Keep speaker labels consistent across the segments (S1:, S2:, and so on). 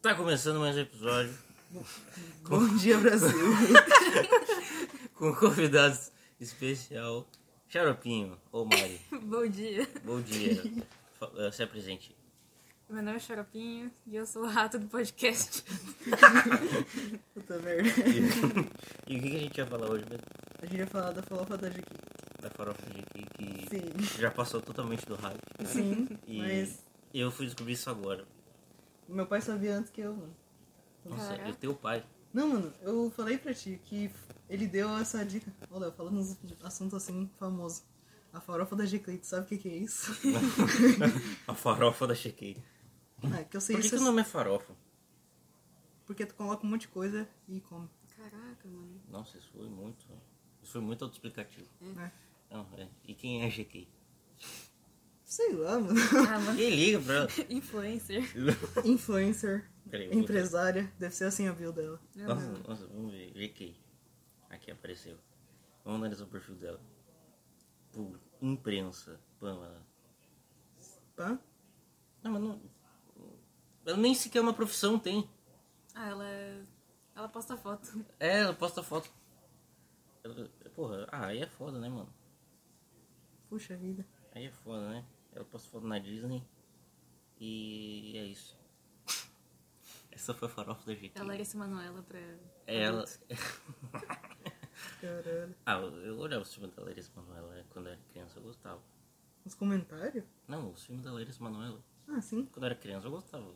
S1: Tá começando mais um episódio
S2: Bom dia, Brasil.
S1: com um convidado especial, Xaropinho, ou Mari.
S3: Bom dia,
S1: Bom dia. Fa- eh, Se apresente.
S3: meu nome é Xaropinho e eu sou o rato do podcast.
S2: Puta merda.
S1: E, e o que que a gente vai falar hoje mesmo?
S2: A gente vai falar da farofa da Jequi.
S1: Da farofa de aqui que
S2: Sim.
S1: já passou totalmente do hype.
S2: Sim,
S1: E
S2: mas
S1: eu fui descobrir isso agora.
S2: meu pai sabia antes que eu, mano.
S1: Nossa,
S3: Caraca.
S1: eu tenho pai.
S2: Não, mano, eu falei pra ti que ele deu essa dica. Ô, Léo, falando nos assuntos assim, famoso. A farofa da Jequi, tu sabe o que que é isso?
S1: A farofa da Chequei.
S2: Ah, que eu sei
S1: Por que,
S2: isso
S1: que o nome é farofa?
S2: porque tu coloca um monte de coisa e come.
S3: Caraca, mano.
S1: Nossa, isso foi muito. Isso foi muito autoexplicativo.
S2: né?
S1: Não, é. E quem é a Chequei?
S2: Sei lá, mano.
S3: Ah, mano.
S1: Quem liga pra ela?
S3: Influencer.
S2: Influencer,
S1: Peraí, eu vou-
S2: empresária. Deve ser assim a bio dela.
S3: Meu
S1: Nossa,
S3: Deus.
S1: nossa, vamos ver. GK. Aqui apareceu. Vamos analisar o perfil dela. Por imprensa. Pamela.
S2: Tá?
S1: Não, mas não. Ela nem sequer uma profissão tem.
S3: Ah, ela. Ela posta foto.
S1: É, ela posta foto. Ela- Porra, ah, aí é foda, né, mano?
S2: Puxa vida.
S1: Aí é foda, né? Ela posta foto na Disney. E é isso. Essa foi a farofa da GK.
S3: Ela é era esse Manuela pra.
S1: É ela.
S2: Caralho.
S1: ah, eu olhava os filmes da Larissa Manoela né? quando eu era criança, eu gostava.
S2: Os comentários?
S1: Não, os filmes da Larissa Manoela.
S2: Ah, sim.
S1: Quando eu era criança, eu gostava.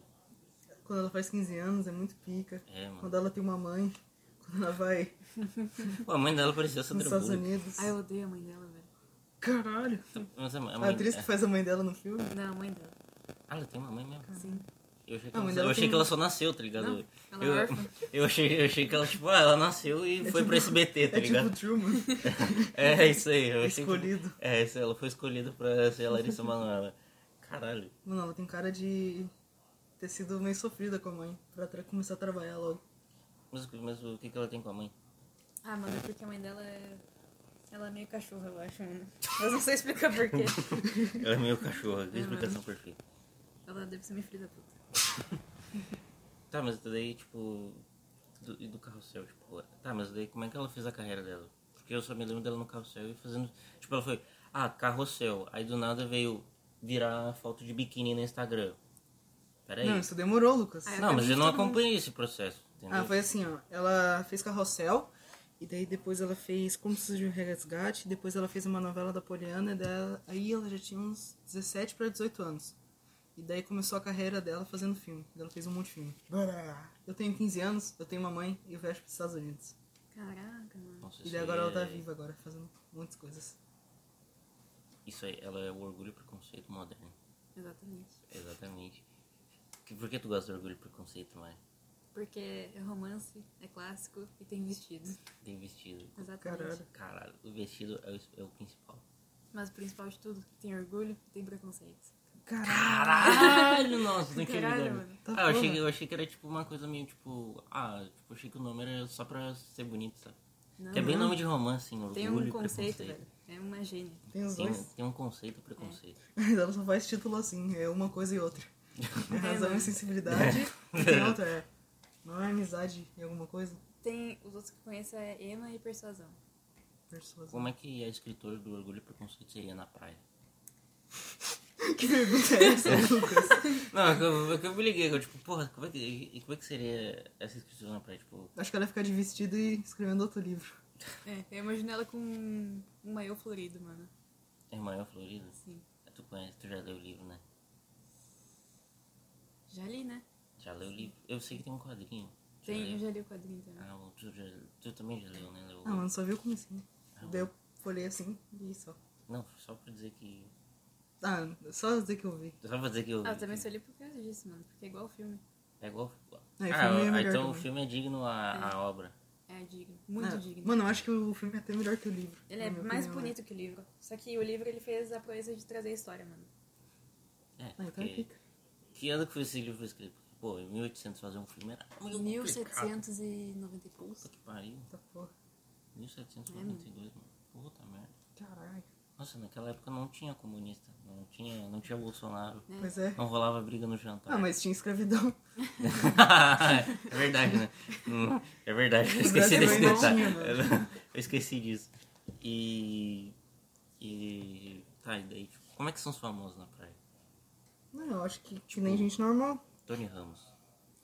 S2: Quando ela faz 15 anos, é muito pica.
S1: É, mano.
S2: Quando ela tem uma mãe, quando ela vai
S1: Pô, a mãe dela parecia a
S2: nos
S1: Sandra
S2: Estados
S1: Bullock.
S2: Unidos.
S3: Ah, eu odeio a mãe dela, velho.
S2: Caralho.
S1: Mas a, a
S2: A
S1: mãe
S2: atriz que
S1: é-
S2: faz a mãe dela no filme?
S3: Não, a mãe dela.
S1: Ah, ela tem uma mãe mesmo.
S3: Sim.
S1: Eu achei que,
S2: A
S1: ela,
S2: mãe
S1: eu
S2: dela
S1: achei
S2: tem-
S1: que ela só nasceu, tá ligado?
S3: Não, ela é
S1: eu,
S3: órfã.
S1: eu, achei, eu achei que ela, tipo, ah, ela nasceu e foi
S2: tipo-
S1: pra SBT, tá
S2: É tipo
S1: ligado?
S2: o Truman.
S1: É isso aí. Eu achei que-
S2: Escolhido.
S1: é, isso aí, ela foi escolhida pra ser a Larissa Manoela. Caralho.
S2: Mano, ela tem cara de ter sido meio sofrida com a mãe. Pra tra- começar a trabalhar logo.
S1: Mas, mas o que, que ela tem com a mãe?
S3: Ah, mano, é porque a mãe dela é. Ela é meio cachorro, eu acho, mano. Mas não sei explicar porquê.
S1: Ela é meio cachorro, que explicação perfeita.
S3: Ela deve ser minha filha da puta.
S1: Tá, mas daí, tipo. Do, e do carrossel, tipo. Tá, mas daí como é que ela fez a carreira dela? Porque eu só me lembro dela no carrossel e fazendo. Tipo, ela foi. Ah, carrossel. Aí do nada veio virar foto de biquíni no Instagram. Peraí.
S2: Não, isso demorou, Lucas.
S3: Ah,
S1: É Não, mas eu não acompanhei esse processo, entendeu?
S2: Ah, foi assim, ó. Ela fez Carrossel. E daí depois ela fez Como Surgiu o Resgate. Depois ela fez uma novela da Poliana. E daí, ela- aí ela já tinha uns 17 pra 18 anos. E daí começou a carreira dela fazendo filme. Ela fez um monte de filme. Eu tenho 15 anos, eu tenho uma mãe e eu viajo pros Estados Unidos.
S3: Caraca, mano.
S1: Nossa,
S2: E
S1: isso
S2: daí
S1: aí
S2: agora ela tá
S1: é-
S2: viva agora, fazendo muitas coisas.
S1: Isso aí, ela é o orgulho e preconceito moderno.
S3: Exatamente.
S1: Exatamente. Que- Por que tu gosta do orgulho e preconceito, Mari?
S3: Porque é romance, é clássico e tem vestido.
S1: Tem vestido.
S3: Exatamente.
S2: Caralho.
S1: Caralho, o vestido é o- é o principal.
S3: Mas o principal de tudo, tem orgulho e tem preconceito.
S2: Caralho!
S1: Caralho, nossa, não tinha
S3: Caralho,
S1: ligado.
S3: mano.
S2: Tá
S1: Ah, eu achei,
S2: foda.
S1: eu achei que era tipo uma coisa meio tipo. Ah, tipo, achei que o nome era só pra ser bonito, sabe?
S3: Não,
S1: que é bem
S3: não.
S1: nome de romance, assim, orgulho
S3: Uhum. Tem
S1: e
S3: um conceito,
S1: preconceito.
S3: velho. É uma gênia.
S2: Tem os dois.
S1: Tem, tem um conceito
S3: É.
S1: e preconceito.
S2: Mas ela só faz título assim, é uma coisa e outra. É razão
S3: né?
S2: e sensibilidade. E tem outra, é. Não é amizade e alguma coisa?
S3: Tem os outros que eu conheço é Ema e Persuasão.
S2: Pessoas.
S1: Como é que a escritora do orgulho e preconceito seria na praia?
S2: Que pergunta é essa, Lucas?
S1: Não, é que eu, é que eu me liguei, que eu tipo, porra, como é que, e como é que seria essa escritora na praia? Tipo,
S2: Acho que ela ia ficar de vestido e escrevendo outro livro.
S3: É, eu imagino ela com um um maiô florido, mano.
S1: Irmã Florida?
S3: Assim.
S1: Tu conhece, tu já leu o livro, né?
S3: Já li, né?
S1: Já leu o livro? Eu sei que tem um quadrinho. Já
S3: Tem, eu
S1: leu?
S3: já é. li o quadrinho também.
S1: Ah, tu, já, tu também já leu, né? Leu-
S2: Ah, mano, só viu como assim.
S1: Ah,
S2: Daí eu folhei assim e só.
S1: Não, só pra dizer que.
S2: Ah, só dizer que eu vi.
S1: Só pra dizer que eu.
S3: Ah, eu também só li por causa disso, mano. Porque é igual o filme.
S1: É igual.
S2: É, o
S1: ah,
S2: filme é
S1: ah,
S2: melhor
S1: então o
S2: também.
S1: filme é digno à, à obra.
S3: É digno. Muito
S2: Ah,
S3: digno.
S2: Mano, eu acho que o filme é até melhor que o livro.
S3: Ele
S2: na
S3: é
S2: minha
S3: mais
S2: opinião, né?
S3: bonito que o livro. Só que o livro ele fez a proeza de trazer a história, mano.
S1: É,
S2: Ah, então
S1: porque-
S2: fica.
S1: Que ano que foi esse livro escrito? Pô, em 1800 fazer um filme era. meio complicado.
S3: 1790 e poucos.
S1: Puta que pariu.
S2: Tá porra.
S1: 1792, mano. Puta merda.
S2: Caralho.
S1: Nossa, naquela época não tinha comunista, não tinha, não tinha Bolsonaro.
S3: né?
S2: Pois é.
S1: Não tá. rolava briga no jantar.
S2: Ah, mas tinha escravidão.
S1: é verdade, né? Hum, É verdade, eu
S2: O
S1: esqueci
S2: Brasil
S1: desse
S2: ainda
S1: detalhe.
S2: tinha, mano.
S1: Eu esqueci disso. E. E. Tá, e daí? tipo, como é que são os famosos na praia?
S2: Não, eu acho que, que
S1: Tipo-
S2: nem gente normal.
S1: Tony Ramos.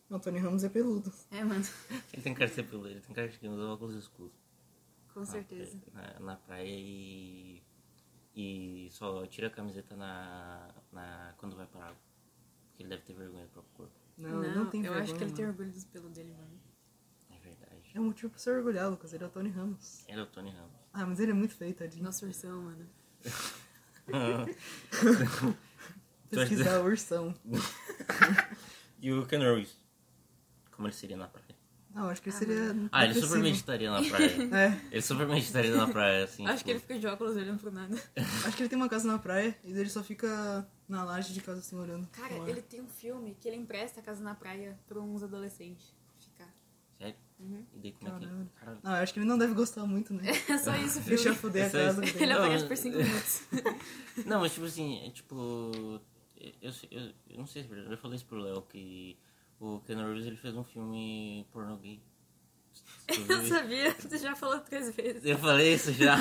S2: O Antônio Ramos é peludo.
S3: É, mano.
S1: Ele tem cara de ser peludo, ele tem cara de que usa óculos escuros.
S2: Ah,
S1: Ah,
S3: Com certeza.
S1: Na, na praia e. E só tira a camiseta na, na. quando vai pra água. Porque ele deve ter vergonha do próprio corpo.
S2: Não, ele não tem
S3: eu
S2: vergonha,
S3: acho que ele tem
S2: mano.
S3: orgulho dos pelos dele, mano.
S1: É verdade.
S2: É um motivo pra você orgulhar, Lucas. Ele é o Tony Ramos.
S1: Ele é o Tony Ramos.
S2: Ah, mas ele é muito feio, tadinho.
S3: Nosso ursão, mano.
S2: Pesquisar ursão.
S1: E o Ken Reeves? Como ele seria na praia?
S2: Não, acho que ele seria.
S1: Ah, ele
S2: depressivo.
S1: super meditaria na praia.
S2: É,
S1: Ele super meditaria na praia, assim.
S3: Acho que ele
S1: tipo,
S3: fica de óculos olhando pro nada.
S2: acho que ele tem uma casa na praia e ele só fica na laje de casa assim olhando. pro
S3: Cara,
S2: mar.
S3: ele tem um filme que ele empresta a casa na praia pra uns adolescentes ficar.
S1: Sério?
S3: Uhum.
S1: E daí como é que
S2: Caralho.
S1: ele. Caralho.
S2: Não, eu acho que ele não deve gostar muito, né?
S3: É só isso, o
S2: Deixa eu
S3: filme.
S2: fuder a
S1: Isso é-
S2: casa. dele.
S3: Ele
S1: Não,
S3: aparece
S1: mas-
S3: por 5 minutos.
S1: Não, mas tipo assim, é tipo. Eu, sei- eu, eu não sei se é verdade, eu falei isso pro Léo que o Ken Reeves ele fez um filme pornô gay. Tu viu
S3: Eu
S1: isso?
S3: sabia, tu já falou três vezes.
S1: Eu falei isso já.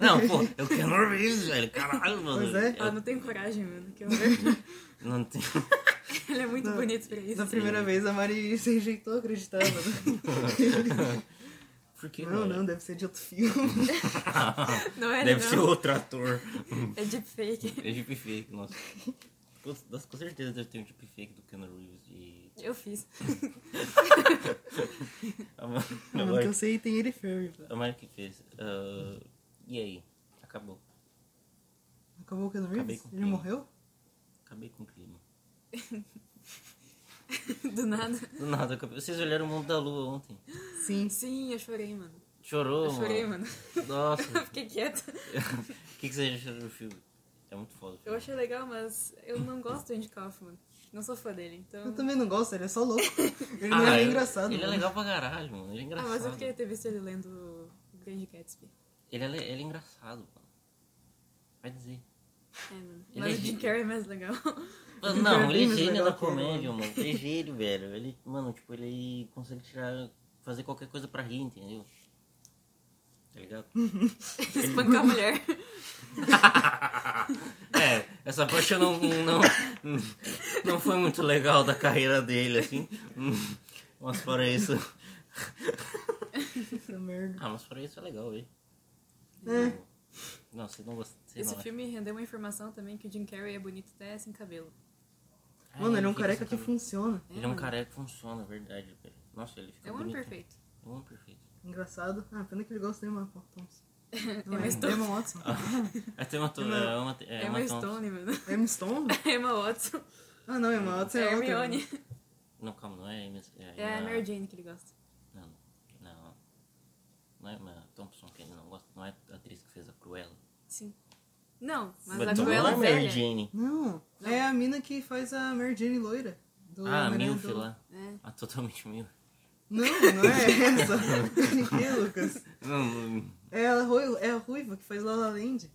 S1: Não, pô, é o Ken Reeves, velho. Caralho, mano.
S2: Pois é.
S3: Ela Ah, não tem coragem, mano. Que horror.
S1: Eu não tem.
S3: ele é muito
S2: Não.
S3: bonito pra isso.
S2: Na primeira vez a Mari se rejeitou acreditando.
S1: Por que
S2: Não, não, deve ser de outro filme.
S3: Não era,
S1: Deve
S3: não.
S1: ser outro ator.
S3: É deepfake.
S1: É deepfake, nossa. Com, nossa, com certeza deve ter um deepfake do Ken Reeves tipo, de.
S3: Eu fiz.
S1: A Mar- a
S2: Não, que eu
S1: Mar-
S2: sei tem ele firme. pô.
S1: a Mari que fez. Ah, e aí? Acabou.
S2: Acabou o Keanu
S1: Acabei
S2: Reeves?
S1: com o
S2: Ele
S1: filme.
S2: morreu?
S1: Acabei com o clima.
S3: Do nada.
S1: Do nada, acabei. Vocês olharam o mundo da lua ontem.
S2: Sim.
S3: Sim, eu chorei, mano.
S1: Chorou,
S2: Oh.
S3: Eu chorei,
S1: mano.
S3: mano.
S1: Nossa.
S3: Eu fiquei quieta.
S1: O que, que vocês acharam do filme? É muito foda. o
S3: Eu
S1: filme.
S3: achei legal, mas eu não gosto do Andy Kaufman. Não sou fã dele, então.
S2: Eu também não gosto, ele é só louco. Ele
S1: Ah,
S2: não é
S1: eu-
S2: engraçado.
S1: Ele é
S2: mano.
S1: legal pra caralho, mano. Ele é
S3: Ah,
S1: engraçado.
S3: mas eu queria ter visto ele lendo o Grande Gatsby.
S1: ele, é, le- ele é engraçado, mano. Vai dizer.
S3: É, mano.
S1: Ele
S3: Mas
S1: é
S3: o Jim
S1: gênio.
S3: Carrey é mais legal.
S1: Mas
S2: Ele é
S1: não,
S2: bem
S1: ele é
S2: mais
S1: gênio
S2: legal
S1: da
S2: que ele,
S1: comédia, mano. Ele é gênio, velho. Ele, mano, tipo, ele consegue tirar. fazer qualquer coisa pra rir, entendeu? Tá ligado?
S3: Espancar a mulher.
S1: É, essa parte eu não, não, não foi muito legal da carreira dele, assim. Mas fora isso.
S2: Essa merda.
S1: Ah, mas fora isso é legal, ele.
S2: É.
S1: Não, você não gosta. Você
S3: Esse
S1: não
S3: filme rendeu uma informação também que o Jim Carrey é bonito até sem cabelo.
S1: acha.
S2: Mano,
S1: Ah,
S2: ele é um
S1: fica
S2: careca que
S1: sem
S2: funciona.
S1: cabelo. Ele é um careca que funciona, é verdade, velho. Nossa, ele fica
S3: É um homem
S1: bonito.
S3: perfeito.
S1: É um homem perfeito.
S2: Engraçado. Ah, pena que ele gosta de uma Thompson. Não,
S3: É uma
S2: é
S3: Stone.
S2: Emma Watson.
S1: Até uma... to-
S2: Não.
S1: É uma...
S3: É
S1: É
S3: uma
S1: uma Thompson.
S3: Stone, mano.
S2: Emma Stone?
S3: É uma Watson.
S2: Ah, não, Emma Watson
S3: É
S2: é
S3: a
S2: outra.
S3: Hermione.
S1: Não, calma, não é... Miss-
S3: É a
S1: uma-
S3: Mary Jane que ele gosta.
S1: Não, não. Não é uma Thompson que ele não gosta. Não é a atriz que fez a Cruella.
S3: Sim. Não, mas,
S1: Mas
S3: a
S1: não é
S3: Cruella
S1: a Mary
S3: velha.
S1: Jane.
S2: Não, é a mina que faz a Mary Jane loira. Do
S1: Ah, a
S2: Maria
S1: Milf
S2: do-
S1: lá.
S3: É.
S1: Ah, totalmente Milf.
S2: Não, não é essa. que, Lucas? É a, Rui- é a Ruiva que faz La La Land.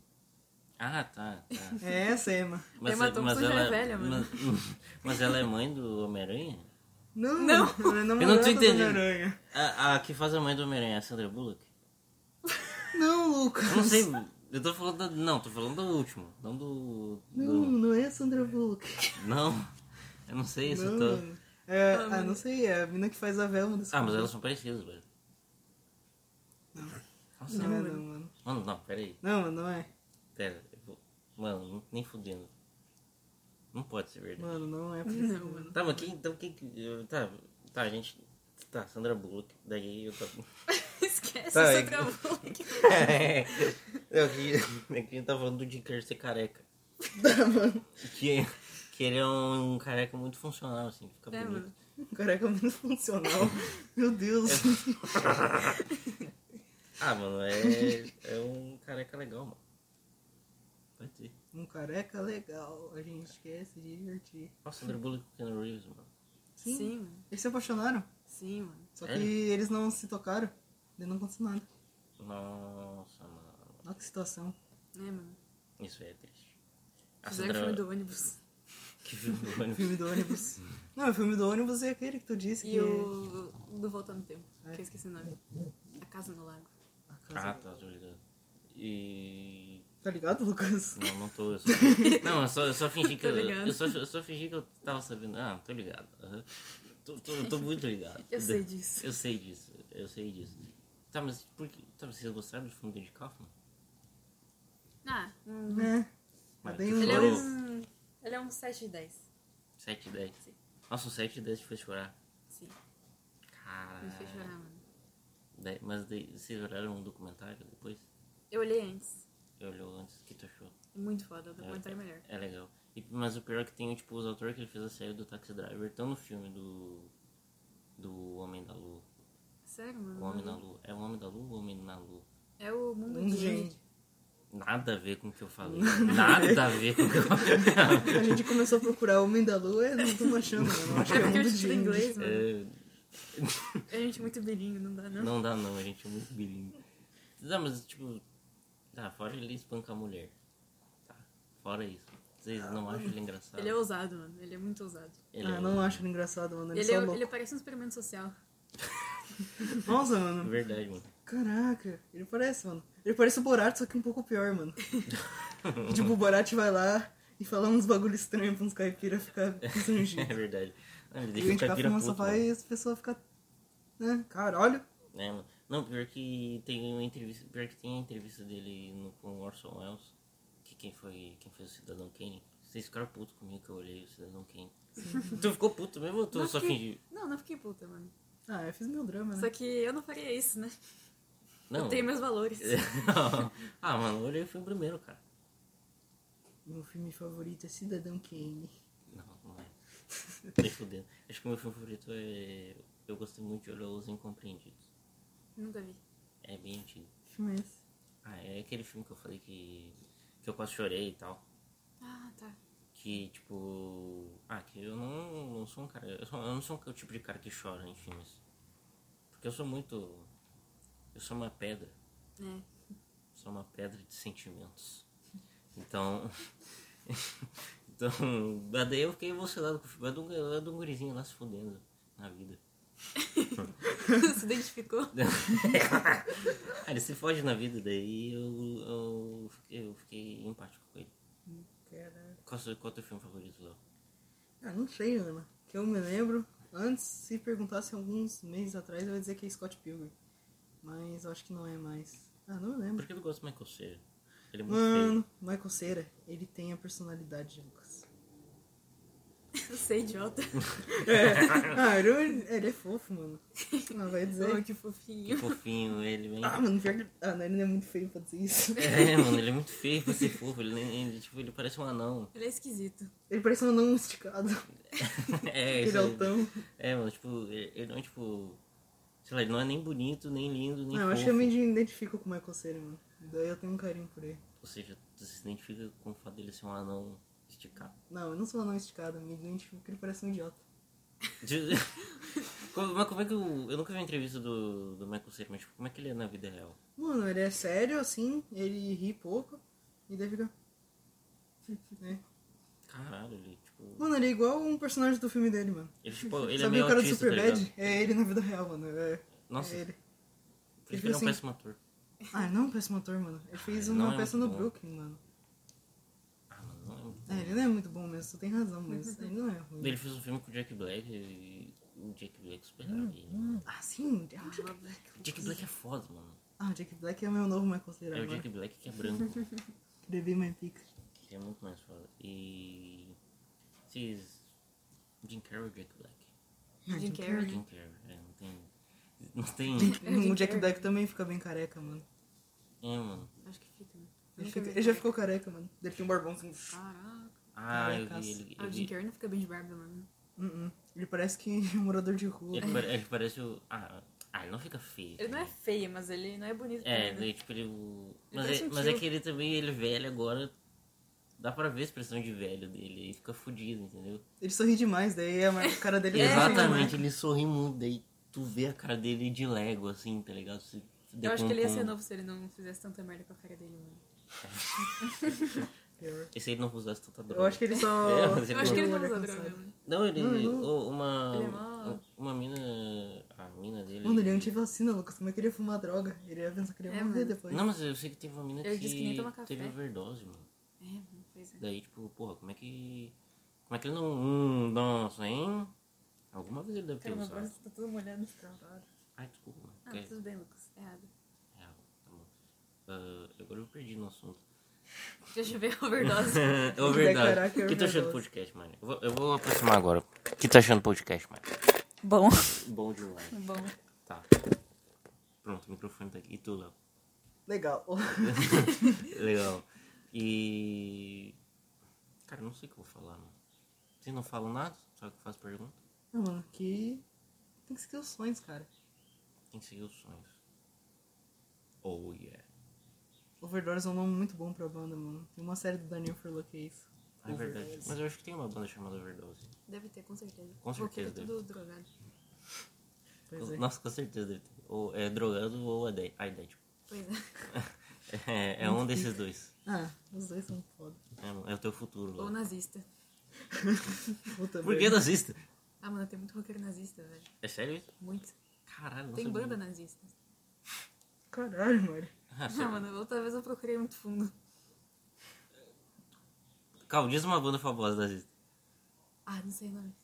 S1: Ah, tá, tá.
S2: É essa, Emma.
S3: Emma Thompson já é velha, mano.
S1: Mas, mas ela é mãe do Homem-Aranha?
S2: Não,
S3: Não.
S2: ela é
S1: Eu não
S2: namorada
S1: tô
S2: do
S1: entendendo.
S2: Homem-Aranha.
S1: A, a que faz a mãe do Homem-Aranha é a Sandra Bullock?
S2: Não, Lucas.
S1: Eu não sei. Eu tô falando. da- não, tô falando do último. Não do.
S2: Não,
S1: do-
S2: não é a Sandra Bullock.
S1: não. Eu não sei isso.
S2: não,
S1: eu tô-
S2: mano. É,
S3: Ah,
S2: ah,
S3: mano.
S2: não sei, é a mina que faz a Velma do
S1: Ah, mas elas são parecidas, velho. Nossa,
S2: Não, é,
S3: Não,
S2: não, mano.
S1: mano, não, peraí.
S2: Não, mano, não é.
S1: Pera, eu vou. Mano, nem fudendo. Não pode ser verdade.
S2: Mano, não é. porque-
S3: Não, mano.
S1: Tá, mas quem. Então quem. que- eu- Tá, tá, a gente. Tá, Sandra Bullock. Daí eu tô.
S3: Esquece
S1: Tá,
S3: essa
S1: é-
S3: travou.
S1: é, que, é que a gente tá falando do Jim Carrey ser careca. Que, que ele é um careca muito funcional, assim, fica
S3: É,
S1: bonito.
S3: mano.
S2: Careca muito é funcional. Meu Deus.
S1: É Ah, mano, é, é um careca legal, mano. Pode ser.
S2: Um careca legal. A gente quer se divertir.
S1: Nossa, Sandra Bullock com o Keanu Reeves, mano.
S2: Sim.
S3: Sim, mano.
S2: Eles se apaixonaram.
S3: Sim, mano.
S2: Só que
S1: Sério?
S2: eles não se tocaram. Daí não aconteceu nada.
S1: Nossa, mano.
S2: Olha que situação.
S4: né, mano?
S1: Isso é triste. A
S4: Fizeram filme
S1: Sandra.
S4: do ônibus.
S1: Que filme do ônibus.
S2: Filme do ônibus. Não, o filme do ônibus é aquele que tu disse
S4: E
S2: que.
S4: o do Voltando no Tempo,
S2: É.
S4: que eu esqueci o nome. A Casa no Lago.
S2: A casa-
S1: Ah, tá, tô ligado. E.
S2: Tá ligado, Lucas?
S1: Não, não tô. Eu só... Não, eu só, eu só fingi que
S4: Tô
S1: eu,
S4: ligado.
S1: eu, só, eu só fingi que eu tava sabendo. Ah, tô ligado. Aham. Tô, tô, tô muito ligado.
S4: Eu sei disso.
S1: Eu sei disso, eu sei disso. Tá, mas por que. Tá, mas vocês gostaram do filme do Andy Kaufman?
S4: Ah, hum,
S2: Né?
S1: Mas
S2: tem
S1: tu
S2: um-
S4: ele é
S1: chorou
S4: um. Ele é um 7 de 10.
S1: 7 e 10.
S4: Sim.
S1: Nossa, o 7 e 10 te fez chorar.
S4: Sim. Me fez
S1: Caralho.
S4: chorar, mano.
S1: Daí- Mas daí, vocês olharam um documentário depois?
S4: Eu olhei antes.
S1: Eu olhou antes, o que tu achou?
S4: É Muito foda, o
S1: É-
S4: documentário é melhor.
S1: É legal. E- mas o pior é que tem, tipo, os autores que ele fez a série do Taxi Driver estão no filme do. Do Homem da Lua.
S4: Sério,
S1: O
S3: Uhum.
S4: mano?
S1: Homem da Lua. É o Homem da Lua ou o Homem na Lua?
S4: É o mundo
S2: Hum,
S4: de
S2: gente.
S1: Nada a ver com o que eu falei. Nada a ver com o que eu falei.
S2: A gente começou a procurar o Homem da Lua e não estamos achando, mano. Eu Acho
S4: É
S2: que é o
S4: porque eu
S2: mundo
S4: estudo
S2: de
S4: inglês, mano.
S1: É,
S4: A gente é muito bilingue, não dá, não.
S1: Não dá não, a gente é muito bilingue. Não, mas tipo. Tá, fora ele espanca a mulher. Tá. Fora isso. Vocês não acham ele engraçado?
S4: Ele é ousado, mano. Ele é muito ousado.
S1: Ele
S2: Ah,
S1: é
S2: não
S1: um-
S2: acho ele engraçado, mano. Ele,
S4: Ele,
S2: é só é
S4: é-
S2: louco.
S4: ele parece um experimento social.
S2: Nossa, mano.
S1: É Verdade, mano.
S2: Caraca, ele parece, mano. Ele parece o Borat, só que um pouco pior, mano. tipo, o Borat vai lá e fala uns bagulho estranho pra uns caipira ficar
S1: É
S2: constrangido.
S1: verdade. Não, ele
S2: E a
S1: deixa o
S2: gente fica
S1: caipira
S2: filmando
S1: puto.
S2: só vai
S1: mano.
S2: as pessoas ficam. Né? Caralho.
S1: É, mano. Não, pior que tem uma entrevista. Pior que tem a entrevista dele no, com o Orson Welles. Que quem foi. Quem fez o Cidadão Kane. Vocês ficaram puto comigo que eu olhei o Cidadão Kane. tu ficou puto mesmo ou tu
S4: Não
S1: só
S4: fiquei-
S1: fingiu?
S4: Não, não fiquei puta, mano.
S2: Ah, eu fiz meu drama, né?
S4: Só que eu não faria isso, né?
S1: Não. É.
S4: Eu tenho meus valores.
S1: ah, mano, eu olhei o filme primeiro, cara.
S2: Meu filme favorito é Cidadão Kane.
S1: Não, não é. Nem fudendo. Acho que o meu filme favorito é. Eu gostei muito de olhar Os Incompreendidos.
S4: Nunca vi.
S1: É bem antigo.
S2: Que filme é esse?
S1: Ah, é aquele filme que eu falei que. que eu quase chorei e tal.
S4: Ah, tá.
S1: Que tipo. Ah, que eu não, não sou um cara. Eu, sou- eu não sou o tipo de cara que chora em filmes. Porque eu sou muito. Eu sou uma pedra.
S4: É.
S1: sou uma pedra de sentimentos. Então. então. mas Daí eu fiquei emocionado com o filme. É de um- É de um gurizinho lá se fudendo na vida.
S4: Se identificou?
S1: Ah, ele se fode na vida, daí eu, eu, fiquei- eu fiquei empático com ele.
S2: Caraca.
S1: Qual, seu- qual teu filme favorito, Léo?
S2: Ah, não sei, Ana. Que eu me lembro. Antes, se perguntasse alguns meses atrás, eu ia dizer que é Scott Pilgrim. Mas eu acho que não é mais. Ah, não me lembro.
S1: Por que eu gosto do Michael Cera? Ele é muito
S2: Mano, Michael Cera, ele tem a personalidade de Lucas.
S4: Eu sei, é idiota.
S2: ah, ele, ele é fofo, mano. Não vai
S4: Oh,
S2: dizer.
S4: que
S1: feio.
S4: fofinho.
S1: Fofinho, ele vem.
S2: Ah, mano, pior que... Ah, não, ele não é muito feio pra dizer isso.
S1: É, mano, ele é muito feio pra ser fofo. Ele, nem- ele, tipo, ele parece um anão.
S4: Ele é esquisito.
S2: Ele parece um anão esticado.
S1: É,
S2: Ele
S1: isso
S2: é
S1: aí.
S2: altão.
S1: É, mano, tipo, ele ele não é tipo. Sei lá, ele não é nem bonito, nem lindo, nem.
S2: Não, eu
S1: fofo.
S2: acho que eu me identifico com o Michael Cera, mano. Daí eu tenho um carinho por ele.
S1: Ou seja, você se identifica com o fato dele ser um anão esticado.
S2: Não, eu não sou um anão esticado, eu me identifico porque ele parece um idiota.
S1: De- Como- mas como é que o. Eu nunca vi uma entrevista do, do Michael Cera, mas tipo, como é que ele é na vida real?
S2: Mano, ele é sério, assim, ele ri pouco e daí fica. né?
S1: Caralho, ele, tipo.
S2: Mano, ele é igual um personagem do filme dele, mano.
S1: Ele, tipo, ele é
S2: Sabe
S1: meio
S2: o cara
S1: autista,
S2: do
S1: tá ligado?
S2: Superbad? é ele na vida real, mano. É,
S1: Nossa,
S2: é ele.
S1: por isso que ele é um
S2: assim.
S1: péssimo ator.
S2: Ah, ele não é um péssimo ator, mano. Ele fez
S1: ele não
S2: uma
S1: é
S2: peça
S1: muito
S2: no
S1: bom.
S2: Brooklyn, mano.
S1: Ah, mano, não é muito
S2: É, ele não é muito bom mesmo, tu tem razão, mas ele não é
S1: Ele
S2: ruim.
S1: fez um filme com o Jack Black e. O Jack Black superava ele. mano.
S2: Ah, sim, é o Jack Black.
S1: O Jack Black é foda, mano.
S2: Ah, o Jack Black é o meu novo Michael Cera
S1: É o
S2: agora.
S1: Jack Black que é branco.
S2: Escrevi minha pica.
S1: Ele é muito mais foda. E. Vocês. Jim Carrey ou Jack Black?
S2: Ah,
S4: Jim Carrey.
S1: Jim Carrey, é, não tem. Não tem.
S4: Jim
S2: O Jack
S4: Carrey.
S2: Black também fica bem careca, mano.
S1: É, mano.
S4: Acho que fica, né?
S2: Ele,
S4: Nunca
S2: fica-
S4: vi
S2: ele já
S4: Jim
S2: ficou careca, mano. Ele tem um barbão assim.
S4: Carrey. Caraca.
S1: Ah, eu
S2: Carecas.
S1: vi ele.
S4: Ah,
S1: Eu
S4: o Jim
S1: vi.
S4: Carrey não fica bem de barba, mano.
S2: Uh -uh. Ele parece que é um morador de rua.
S1: Ele, pare- ele parece o. Ah, ah, ele não fica feio.
S4: Ele não é feio, mas ele não é bonito.
S1: É,
S4: também, né?
S1: daí, tipo, ele. o- Mas
S4: parece
S1: é,
S4: um
S1: mas
S4: tio.
S1: é que ele também, ele velho agora. Dá pra ver a expressão de velho dele. Ele fica fudido, entendeu?
S2: Ele sorri demais, daí a mar- cara dele parece é uma
S1: Exatamente, ele sorri muito. Daí tu vê a cara dele de lego, assim, tá ligado? Se
S4: Eu acho que ele ia ser novo se ele não fizesse tanta merda com a cara dele, mano.
S2: Pior.
S1: Esse aí não usasse tanta droga.
S2: Eu acho que ele só.
S1: É, mas
S3: Eu acho que ele não
S2: Olha,
S3: usa
S2: quem
S3: droga.
S2: sabe.
S1: Não, ele.
S2: Não, ele não-
S1: o- Uma.
S3: Ele é mó-
S1: Uma mina. A mina dele.
S2: Mano, ele é antivacina, Lucas. Como é que ele ia fumar droga? Ele ia pensar que ele ia
S3: É,
S2: morrer
S3: mano.
S2: depois.
S1: Não, mas eu sei que teve uma mina
S3: Ele
S1: que,
S3: disse que nem toma café.
S1: teve overdose, mano.
S3: É, pois é.
S1: Daí, tipo, porra, como é que. Como é que ele não. Hum, nossa, hein? Alguma vez ele deve ter
S4: Cara, meu
S1: usado. É.
S4: braço tá todo molhado.
S1: Ai, desculpa, mano.
S3: Ah,
S1: Que-
S3: tudo bem, Lucas. Errado.
S1: é, tá bom. Ah, agora eu perdi no assunto.
S3: Já choveu overdose.
S1: é o verdade.
S2: Caraca,
S1: O
S2: eu
S1: que tá
S2: já
S1: achando do
S2: gosto.
S1: podcast, mano? Eu vou, eu vou aproximar agora. O que tá achando do podcast, mano?
S4: Bom.
S1: Bom demais.
S4: Bom.
S1: Tá. Pronto, o microfone tá aqui. E tu, Léo?
S2: Legal.
S1: Legal. E. Cara, eu não sei o que eu vou falar, mano. Vocês não falam nada? Só que eu faço pergunta?
S2: Não, mano, que. Tem que seguir os sonhos, cara.
S1: Tem que seguir os sonhos. Oh yeah.
S2: Overdose é um nome muito bom pra banda, mano. Tem uma série do Daniel Furlan que é isso.
S1: É verdade.
S2: Overdose.
S1: Mas eu acho que tem uma banda chamada Overdose.
S3: Deve ter, com certeza.
S1: Com certeza
S3: Porque é tudo drogado.
S2: Pois é.
S1: Nossa, com certeza deve ter. Ou é drogado ou é idé- ah, idético.
S3: Pois é.
S1: É, é um desses dois.
S2: Ah, os dois são foda.
S1: É, mano, é o teu futuro.
S3: Ou é
S1: Léo.
S3: nazista.
S2: Puta
S1: Por que
S2: merda.
S1: nazista?
S3: Ah, mano, tem muito roqueiro nazista, velho.
S1: É sério isso?
S3: Muito.
S1: Caralho, não
S3: Tem
S1: sabia.
S3: banda né? nazista.
S2: Caralho, mano.
S1: Ah,
S3: Ah,
S1: sério.
S3: mano, outra vez eu procurei muito fundo.
S1: Calma, diz uma banda famosa nazista.
S3: Ah, não sei o nome.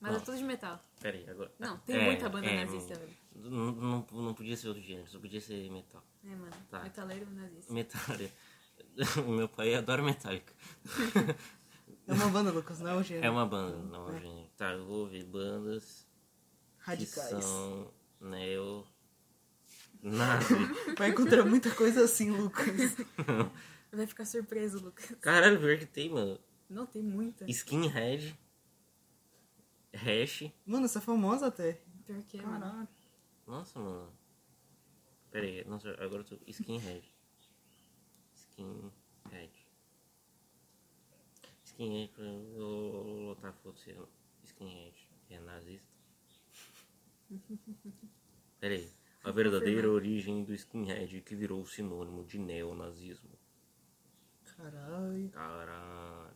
S3: Mas
S1: Não.
S3: é tudo de metal.
S1: Pera aí, agora.
S3: Não, tem
S1: É,
S3: muita banda
S1: é,
S3: nazista, velho.
S1: Não, não, não podia ser outro gênero, só podia ser metal.
S3: É, mano. é
S1: Tá.
S3: Metaleiro nazista.
S1: Metália. Meu pai adora Metallica.
S2: É uma banda, Lucas, não é o gênero.
S1: É uma banda, não, é um gênero. Tá, eu vou ouvir bandas que
S2: Radicais.
S1: são neo nazi.
S2: Vai encontrar muita coisa assim, Lucas.
S3: Vai ficar surpreso, Lucas.
S1: Caralho, pior que tem, mano.
S3: Não, tem muita.
S1: Skinhead, Hash.
S2: Mano, essa é famosa até.
S3: Pior que é, mano.
S1: Nossa, mano. Pera aí, nossa, agora eu tô. Skinhead. Skinhead. Skinhead, eu vou lutar foda-se. Skinhead é nazista. Pera aí. A verdadeira origem do skinhead que virou sinônimo de neonazismo.
S2: Caralho.
S1: Caralho.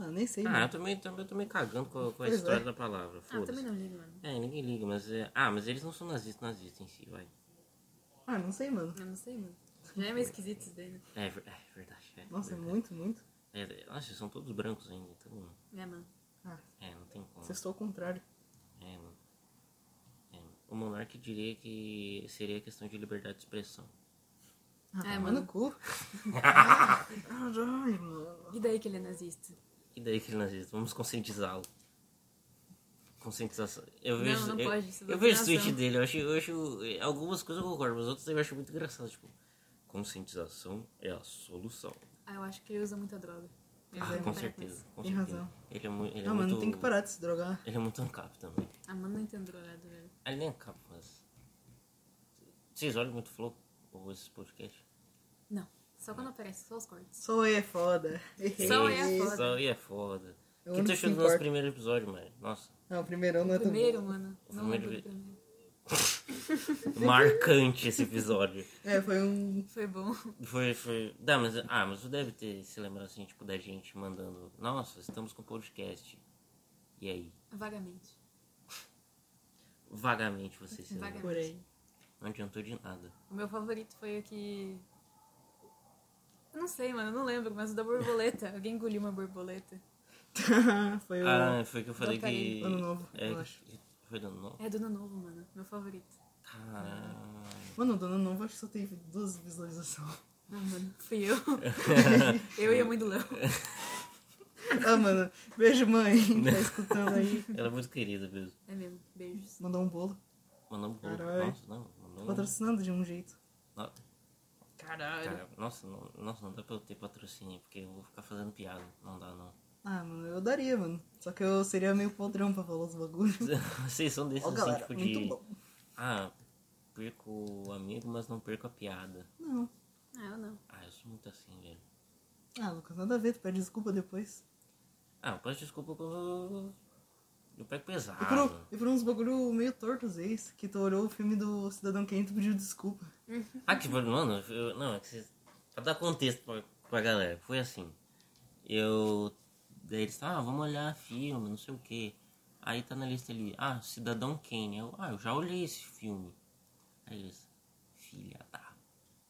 S2: Ah, nem sei.
S1: Ah, eu
S2: mano.
S1: também, também, eu tô meio cagando com a, com a
S2: Pois é.
S1: história da palavra.
S3: Ah, eu
S1: Foda-se.
S3: também não ligo, mano.
S1: É, ninguém liga, mas é. Ah, mas eles não são nazistas, nazistas em si, vai.
S2: Ah, não sei, mano.
S3: Eu não sei, mano. Já é meio esquisito isso daí, né?
S1: É, ver- é verdade. É,
S2: Nossa, é
S1: verdade.
S2: muito, muito.
S1: É, é, nossa, são todos brancos ainda, então.
S3: É, mano.
S2: Ah,
S1: É, não tem como.
S2: você estou ao contrário.
S1: É, mano. É, mano. o monarca diria que seria questão de liberdade de expressão.
S2: Ah,
S3: É,
S2: é, mano.
S3: mano.
S2: no cu. Caralho, mano.
S3: E daí que ele é nazista?
S1: E daí que ele nazista? Vamos conscientizá-lo. Conscientização. Eu
S3: Não,
S1: vejo,
S3: não
S1: eu,
S3: pode, isso dá
S1: Eu vejo o
S3: operação.
S1: tweet dele, eu acho, eu acho. eh, Algumas coisas eu concordo, mas outras eu acho muito engraçado. Tipo, conscientização é a solução.
S3: Ah, eu acho que ele usa muita droga. Eu
S1: Ah,
S3: vou
S1: com
S3: parar
S1: certeza.
S3: isso.
S1: Com
S2: Tem
S1: certeza.
S2: razão.
S1: Ele é, mu ele é
S2: Ah,
S1: muito.
S2: mano, tem que parar de se drogar.
S1: Ele é muito ancap também.
S3: A mano não entende drogado, velho.
S1: Ele nem é ancap, mas. Vocês olham muito flow ou esses podcasts?
S3: Não. Só quando aparece, só os cortes.
S2: Só é foda.
S3: Só é
S1: Ei,
S3: foda.
S1: Só e é foda.
S2: É
S1: O
S2: o
S1: que tu
S2: único
S1: achou
S2: que
S1: do nosso
S2: importa.
S1: primeiro episódio, mano? Nossa,
S2: Não, o primeirão não é
S3: O
S2: tão bom.
S3: primeiro, mano. Não
S1: primeiro
S3: lembro do
S1: vi-
S3: primeiro.
S1: marcante esse episódio.
S2: É, foi um...
S3: Foi bom.
S1: Foi, foi. Dá, mas, ah, mas tu deve ter se lembrado assim, tipo, da gente mandando. Nossa, estamos com podcast. E aí?
S3: Vagamente.
S1: Vagamente você se lembra.
S3: Vagamente.
S2: Por aí.
S1: Não adiantou de nada.
S3: O meu favorito foi o que. Eu não sei, mano, eu não lembro, mas o da borboleta. Alguém engoliu uma borboleta.
S2: foi um- o...
S1: Ah, foi que eu falei que.
S3: Carinho.
S2: Ano novo,
S1: é,
S2: eu acho.
S1: Foi do ano novo?
S3: É do Ano Novo, mano. Meu favorito.
S1: Tá. Caralho.
S2: Mano, Dona Nova acho que só teve duas visualizações.
S3: Ah, mano, fui eu. eu e a mãe do Léo.
S2: Ah, mano, beijo, mãe. Tá escutando aí.
S1: Ela é muito querida mesmo.
S3: É mesmo. Beijos.
S2: Mandou um bolo.
S1: Mandou um pouco.
S2: Caralho.
S1: Nossa, não. Mandou um...
S2: Patrocinando de um jeito.
S1: No-
S2: Caralho.
S1: Cara, nossa, não, nossa, não dá pra eu ter patrocínio, porque eu vou ficar fazendo piada. Não dá, não.
S2: Ah, mano, eu daria, mano. Só que eu seria meio podrão pra falar os bagulhos.
S1: Vocês são desses
S2: Ó,
S1: assim,
S2: galera,
S1: tipo de.
S2: muito bom.
S1: Ah, perco o amigo, mas não perco a piada.
S2: Não.
S3: Ah, eu não.
S1: Ah, eu sou muito assim, velho.
S2: Ah, Lucas, nada a ver, tu pede desculpa depois.
S1: Ah, eu peço desculpa quando. Eu pego pesado.
S2: E por, um- e por uns bagulho meio tortos, eis, que tu olhou o filme do Cidadão Kane e tu pediu desculpa.
S1: Ah, que. Mano, eu- não, é que vocês. Pra dar contexto pra, pra galera, foi assim. Eu. Daí eles estavam, ah, vamos olhar filme, não sei o que Aí tá na lista ali, ah, Cidadão Kane. Eu, ah, eu já olhei esse filme. Aí eles, filha da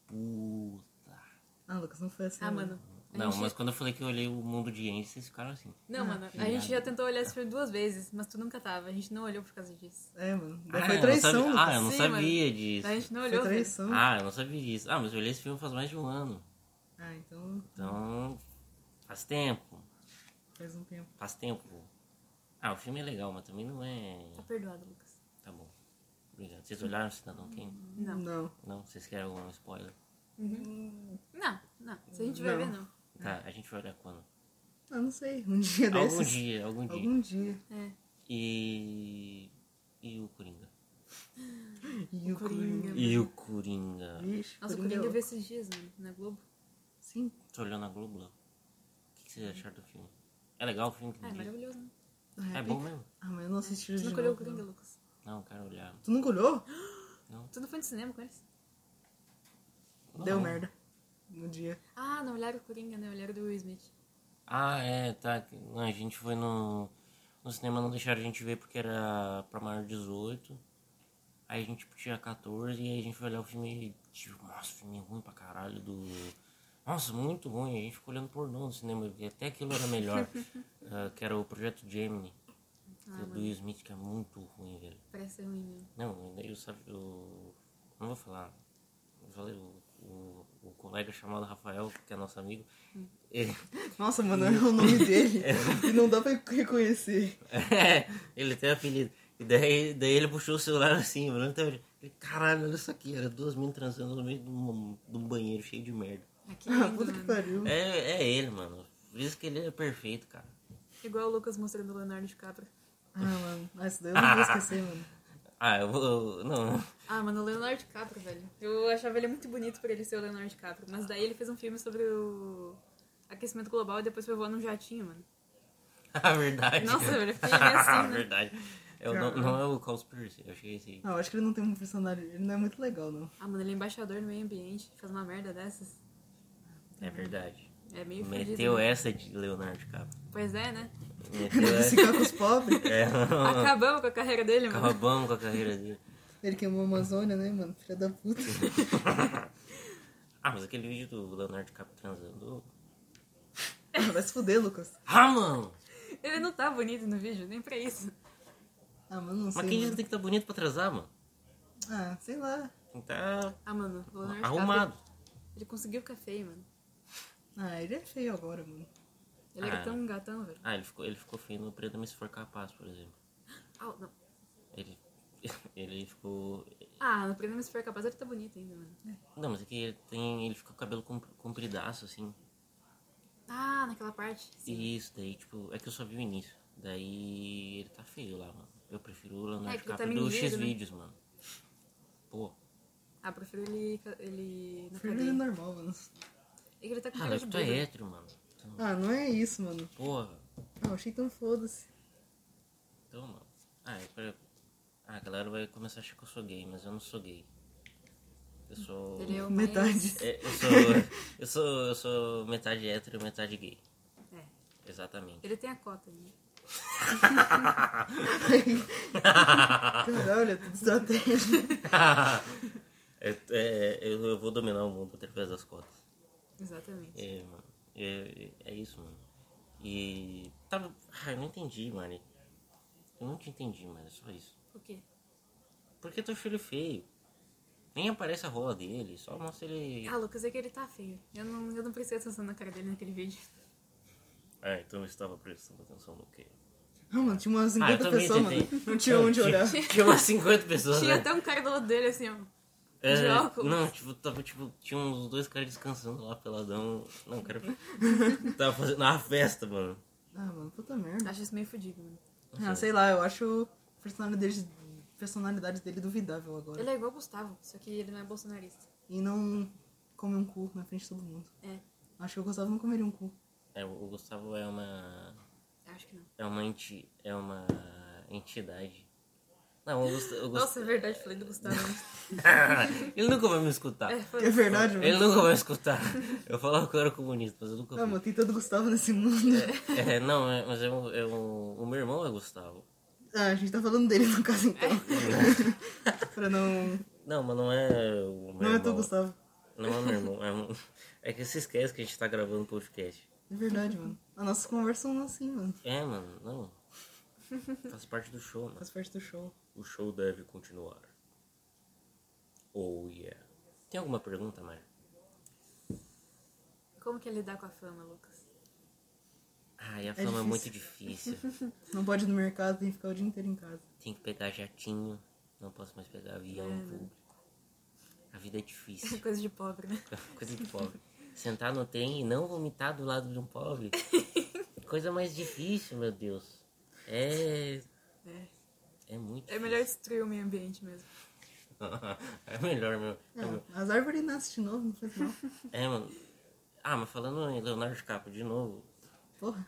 S1: puta.
S2: Ah, Lucas, não foi assim.
S3: Ah,
S2: não.
S3: mano. a
S1: Não,
S3: gente-
S1: mas quando eu falei que eu olhei o mundo de Ence, vocês ficaram assim.
S3: Não, mano, a
S1: filha
S3: gente já
S1: da-
S3: tentou olhar esse filme duas vezes, mas tu nunca tava. A gente não olhou por causa disso.
S2: É, mano. Daí
S1: Ah, eu
S2: foi
S1: não
S2: traição,
S1: sabia- Ah, eu
S2: Lucas.
S1: não
S3: Sim,
S1: sabia
S3: Daí
S1: disso.
S3: a gente não
S2: Foi
S3: olhou. velho.
S2: traição.
S1: Ah, eu não sabia disso. Ah, mas eu olhei esse filme faz mais de um ano.
S2: Ah, então
S1: Então, faz tempo.
S2: faz um tempo.
S1: Faz tempo. Ah, o filme é legal, mas também não é.
S3: Tá perdoado, Lucas.
S1: Tá bom. Obrigado. Vocês olharam Cidadão Kane?
S3: Não. Uhum.
S2: Não.
S1: Não? Vocês querem algum spoiler?
S3: Não, não. Se a gente
S2: Não.
S3: vai ver, não.
S1: Tá, a gente vai olhar quando?
S2: Ah, não sei. Um dia desses.
S1: Algum dia, algum dia.
S2: Algum dia.
S3: É.
S1: E. E o Coringa?
S2: E o
S3: Coringa.
S2: Coringa.
S1: E o Coringa?
S2: Vixe,
S3: Nossa,
S2: Coringa é
S3: o Coringa eu vi
S2: louco.
S3: esses dias, mano, na Globo.
S2: Sim.
S1: Você olhou na Globo lá? O que, que vocês acharam do filme? É legal o filme? que
S3: Ah, é
S1: me diz?
S3: maravilhoso, né?
S2: Ah,
S1: É bom mesmo?
S2: Ah, mas eu não assisti
S3: É, Tu
S2: Uhum. de
S3: não olhou o
S2: novo, né?
S3: Coringa,
S2: não.
S3: Lucas?
S1: Não, quero olhar.
S2: Tu nunca olhou?
S3: Tu não foi no cinema com eles?
S1: Não.
S2: Deu merda. No dia.
S3: Ah, não olharam o Coringa, né? Olharam do Will Smith.
S1: Ah, é, tá. Não, a gente foi no, no cinema, não deixaram a gente ver porque era pra maior de 18. Aí a gente tinha 14 e aí a gente foi olhar o filme e tipo, nossa, filme ruim pra caralho do. Nossa, muito ruim. A gente ficou olhando pornô no cinema, porque até aquilo era melhor. Ah, que era o Projeto Gemini, que é do Will Smith, que é muito ruim, velho.
S3: Parece ser ruim mesmo.
S1: Não, daí eu sabe, eu não vou falar. Eu falei, o, o, o colega chamado Rafael, que é nosso amigo, ele,
S2: Nossa, mano, é o nome dele. E não dá pra reconhecer.
S1: É, ele tem apelido. E daí, daí ele puxou o celular assim, mano. até hoje. Ele, Caralho, olha isso aqui. Era duas minas transando no meio de um, de um banheiro cheio de merda.
S3: Aqui
S2: Ah,
S3: lindo,
S2: puta que
S3: mano.
S2: pariu.
S1: É, é ele, mano. Por isso que ele é perfeito, cara.
S3: Igual o Lucas mostrando o Leonardo DiCaprio.
S2: Ah, mano. Ah, isso daí eu não vou esquecer, mano.
S1: Ah, eu vou. eu- Não.
S3: Ah, mano, o Leonardo DiCaprio, velho. Eu achava ele muito bonito por ele ser o Leonardo DiCaprio. Mas daí ele fez um filme sobre o aquecimento global e depois foi voar num jatinho, mano.
S1: A verdade.
S3: Nossa, ele fica meio assim,
S1: A
S3: né?
S1: verdade. Eu, não, não é o Cowspiracy, eu achei assim, esse. aí.
S2: Ah, eu acho que ele não tem um personagem. Ele não é muito legal, não.
S3: Ah, mano, ele é embaixador do meio ambiente. Faz uma merda dessas.
S1: É verdade.
S3: É meio
S1: Meteu
S3: fudido. né?
S1: essa de Leonardo DiCaprio.
S3: Pois é, né?
S1: Meteu
S2: Ele
S1: essa.
S2: ficar com os pobres.
S1: É,
S3: Acabamos com a carreira dele, mano.
S1: acabamos com a carreira dele.
S2: Ele queimou a Amazônia, né, mano? Filha da puta.
S1: Ah, mas aquele vídeo do Leonardo DiCaprio transando.
S2: Ah, vai se fuder, Lucas.
S1: Ah, mano!
S3: Ele não tá bonito no vídeo, nem pra isso.
S2: Ah, mano, não sei.
S1: Mas quem diz que
S2: mano.
S1: tem que estar bonito pra transar, mano?
S2: Ah, sei lá.
S1: Tem que tá
S3: Ah, mano, o Leonardo
S1: arrumado.
S3: DiCaprio, ele conseguiu ficar feio, mano.
S2: Ah, ele é feio agora, mano.
S3: Ele era
S1: Ah.
S3: tão gatão, velho.
S1: Ah, ele ficou, ele ficou feio no Preta Se For Capaz, por exemplo.
S3: Ah, não.
S1: Ele, ele ficou...
S3: Ah, no programa Super Capaz ele tá bonito ainda, mano.
S1: Não, mas é que ele, tem, ele ficou com o cabelo compr- compridaço, assim.
S3: Ah, naquela parte. Sim.
S1: E isso daí, tipo... É que eu só vi o início. Daí ele tá feio lá, mano. Eu prefiro o Leonardo
S3: É, que ele tá
S1: DiCaprio do
S3: mendigo, né?
S1: X-Vídeos, mano. Pô.
S3: Ah, prefiro ele, ca- ele na
S2: Filho é
S3: cadeia.
S2: normal, mano.
S3: É que ele tá com
S1: Ah,
S3: cara
S1: mas
S3: de
S1: tu
S3: Buda.
S1: é hétero, mano. Então,
S2: Ah, não é isso, mano.
S1: porra.
S2: Ah, eu achei tão foda-se.
S1: Então, mano... Ah, é pra... Ah, a galera vai começar a achar que eu sou gay, mas eu não sou gay. Eu sou...
S3: Ele é o mais-
S2: Metade.
S1: É, eu sou, eu sou, eu sou metade hétero e metade gay.
S3: É.
S1: Exatamente.
S3: Ele tem a cota ainda.
S2: Caralho, é tudo estratégia.
S1: É, é, eu, eu vou dominar o mundo através das cotas.
S3: Exatamente.
S1: É, mano. É, é isso, mano. E. Tá, ah, eu não entendi, Mari. Eu não te entendi, mano. É só isso.
S3: O quê?
S1: Por que teu filho é feio? Nem aparece a rola dele, só mostra ele.
S3: Ah, Lucas, é que ele tá feio. Eu não, eu não prestei atenção na cara dele naquele vídeo.
S1: Ah, então eu estava prestando atenção no quê?
S2: Ah, mano, tinha umas
S1: Ah, eu
S2: 50
S1: também
S2: pessoas,
S1: tentei.
S2: mano. Não tinha onde olhar.
S1: Tinha, tinha umas 50 pessoas.
S3: Tinha
S1: né?
S3: até um cara do lado dele, assim, ó.
S1: É,
S3: De óculos.
S1: Não, tipo, tava, tipo, tinha uns dois caras descansando lá peladão. Não, cara. tava fazendo uma festa, mano.
S2: Ah, mano, puta merda.
S3: Acho isso meio fodido, mano.
S2: Ah, sei lá, eu acho a personalidade dele, personalidade dele duvidável agora.
S3: Ele é igual o Gustavo, só que ele não é bolsonarista.
S2: E não come um cu na frente de todo mundo.
S3: É,
S2: Acho que o Gustavo não comeria um cu.
S1: É, o Gustavo é uma.
S3: acho que não.
S1: É uma, enti, é uma entidade Não, eu gosto. eu gosto-
S3: Nossa, é verdade, falei do Gustavo.
S1: ele nunca vai me escutar.
S3: É, foi.
S2: É verdade,
S1: Ele
S2: mano.
S1: nunca vai escutar. Eu falava que eu era comunista, mas eu nunca
S2: Ah,
S1: fui.
S2: mano, tem todo Gustavo nesse mundo.
S1: É, não, é- mas é um, é um- o meu irmão é Gustavo.
S2: Ah, a gente tá falando dele no caso, então. pra não.
S1: Não, mas não é o meu
S2: Não
S1: irmão.
S2: é tu, Gustavo.
S1: Não é meu irmão. É, um- é que você esquece que a gente tá gravando podcast.
S2: É verdade, mano. As nossas conversas são assim, mano.
S1: É, mano, não. Faz parte do show, mano.
S2: Faz parte do show.
S1: O show deve continuar. Oh, yeah. Tem alguma pergunta, Maia?
S3: Como que é lidar com a fama, Lucas?
S1: Ai, a fama é,
S2: difícil.
S1: muito difícil.
S2: Não pode ir no mercado, tem que ficar o dia inteiro em casa.
S1: Tem que pegar jatinho. Não posso mais pegar avião público. A vida é difícil. É
S3: Coisa de pobre, né?
S1: Coisa de pobre. Sentar no trem e não vomitar do lado de um pobre. Coisa mais difícil, meu Deus. É. É muito.
S3: É melhor
S1: difícil.
S3: destruir o meio ambiente mesmo.
S1: é melhor, meu. É, meu-
S2: É, as árvores nascem de novo, não faz mal.
S1: é, mano. Ah, mas falando em Leonardo DiCaprio de novo.
S2: Porra.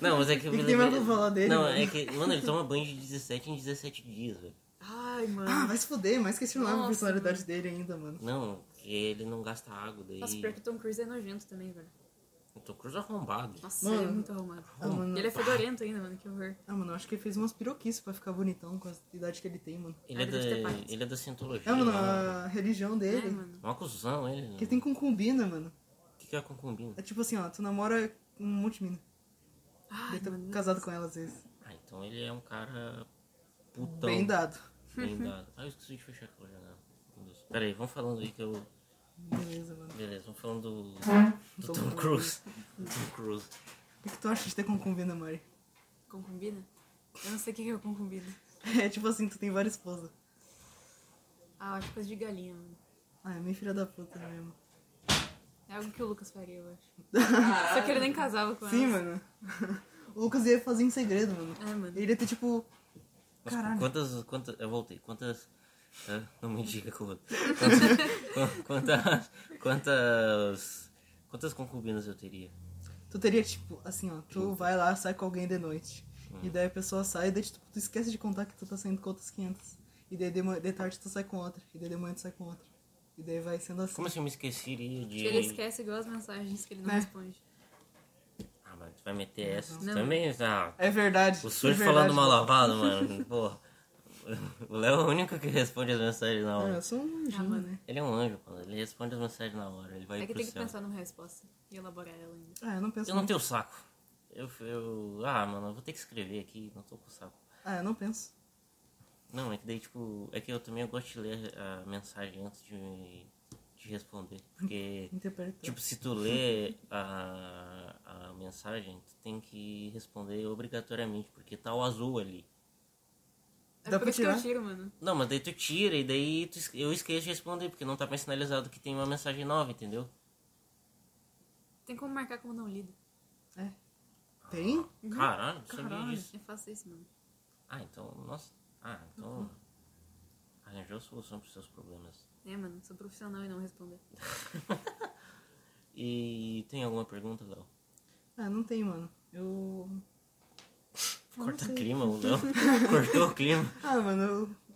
S1: Não, mas é que eu
S2: O que
S1: me
S2: tem mais
S1: lembrei-
S2: pra falar dele, né?
S1: Não,
S2: mano?
S1: é que. Mano, ele toma banho de 17 em 17 dias, velho.
S3: Ai, mano.
S2: Ah, vai se fuder, mas questionava a
S3: Nossa,
S2: personalidade dele ainda, mano.
S1: Não, que ele não gasta água daí.
S3: Nossa, pior que o Tom Cruise é nojento também, velho.
S1: Eu tô cruz arrombado.
S3: Nossa,
S2: Mano.
S3: ele é muito arrumado.
S2: Ah, mano.
S3: E ele é fedorento ainda, mano, que horror.
S2: Ah, mano, eu acho que ele fez umas piroquices pra ficar bonitão com a idade que ele tem, mano.
S1: Ele é,
S3: Ah, deve ter
S1: da,
S3: parte.
S1: ele é da cientologia.
S2: É, mano,
S1: né?
S2: a religião dele.
S3: É, mano.
S1: Uma confusão, ele.
S2: que tem concubina, mano.
S1: O que, que é concubina?
S2: É tipo assim, ó, tu namora um monte de mina.
S3: Ai,
S2: Ele tá
S3: mano.
S2: casado com ela às vezes.
S1: Ah, então ele é um cara putão.
S2: Bem dado.
S1: Bem dado. Ah, eu esqueci de fechar aquela janela. Meu Deus. Pera aí, vamos falando aí que eu...
S2: Beleza, mano.
S1: Beleza, vamos falando do, do Tom Cruise. Do Tom Cruise.
S2: O que, que tu acha de ter concubina, Mari?
S3: Concubina? Eu não sei o que que é concubina.
S2: É tipo assim, tu tem várias esposas.
S3: Ah, eu acho coisa de galinha, mano.
S2: Ah, é meio filha da puta mesmo.
S3: É algo que o Lucas faria, eu acho. Só que ele nem casava com ela.
S2: Ah, Sim, mano. O Lucas ia fazer em segredo, mano.
S3: É, mano.
S2: Ele ia ter tipo.
S1: Mas
S2: Caralho.
S1: quantas, quantas... Eu voltei. Quantas... ah, não me diga como... Quantas... quantas... Quantas... Quantas concubinas eu teria?
S2: Tu teria tipo, assim, ó, tu vai lá, sai com alguém de noite.
S1: Hum.
S2: E daí a pessoa sai e daí tipo, tu esquece de contar que tu tá saindo com outras 500. E daí de, ma- de tarde tu sai com outra. E daí de manhã tu sai com outra. E daí vai sendo assim.
S1: Como assim eu me esqueceria de...
S3: Ele esquece igual as mensagens que ele não
S2: É.
S3: responde.
S1: Ah, mas tu vai meter essas
S3: Não.
S1: também? Ah,
S2: É verdade.
S1: O
S2: é
S1: sujo
S2: verdade,
S1: falando mal
S2: mano.
S1: lavado, mano. Porra. O Léo é o único que responde as mensagens na
S2: Ah,
S1: hora.
S2: eu sou um anjinho,
S3: mano.
S2: né?
S1: Ele é um anjo, mano. Ele responde as mensagens na hora. Ele vai
S3: É que
S1: pro
S3: tem que
S1: céu.
S3: pensar numa resposta e elaborar ela ainda.
S2: Ah, eu não penso
S1: Eu não
S2: muito.
S1: tenho saco. Eu, eu. Ah, mano, eu vou ter que escrever aqui. Não tô com saco.
S2: Ah, eu não penso.
S1: Não, é que daí, tipo. É que eu também gosto de ler a mensagem antes de, de responder. Porque.
S2: Interpreto.
S1: Tipo, se tu lê a, a mensagem, tu tem que responder obrigatoriamente, porque tá o azul ali.
S3: É
S2: Dá
S3: por
S2: pra
S3: isso que eu
S2: tirar?
S3: tiro, mano.
S1: Não, mas daí tu tira e daí tu es- eu esqueço de responder, porque não tá mais sinalizado que tem uma mensagem nova, entendeu?
S3: Tem como marcar como não lido.
S2: É. Tem?
S1: Caralho, não sabia
S2: Caralho.
S1: disso.
S3: Eu faço é isso, mano.
S1: Ah, então, nossa. Ah, então. Arranjou solução pros seus problemas.
S3: É, mano, sou profissional e não responder.
S1: E tem alguma pergunta, Léo?
S2: Ah, não tem, mano. Eu.
S1: Corta o clima, o Léo. Cortou o clima.
S2: Ah, mano,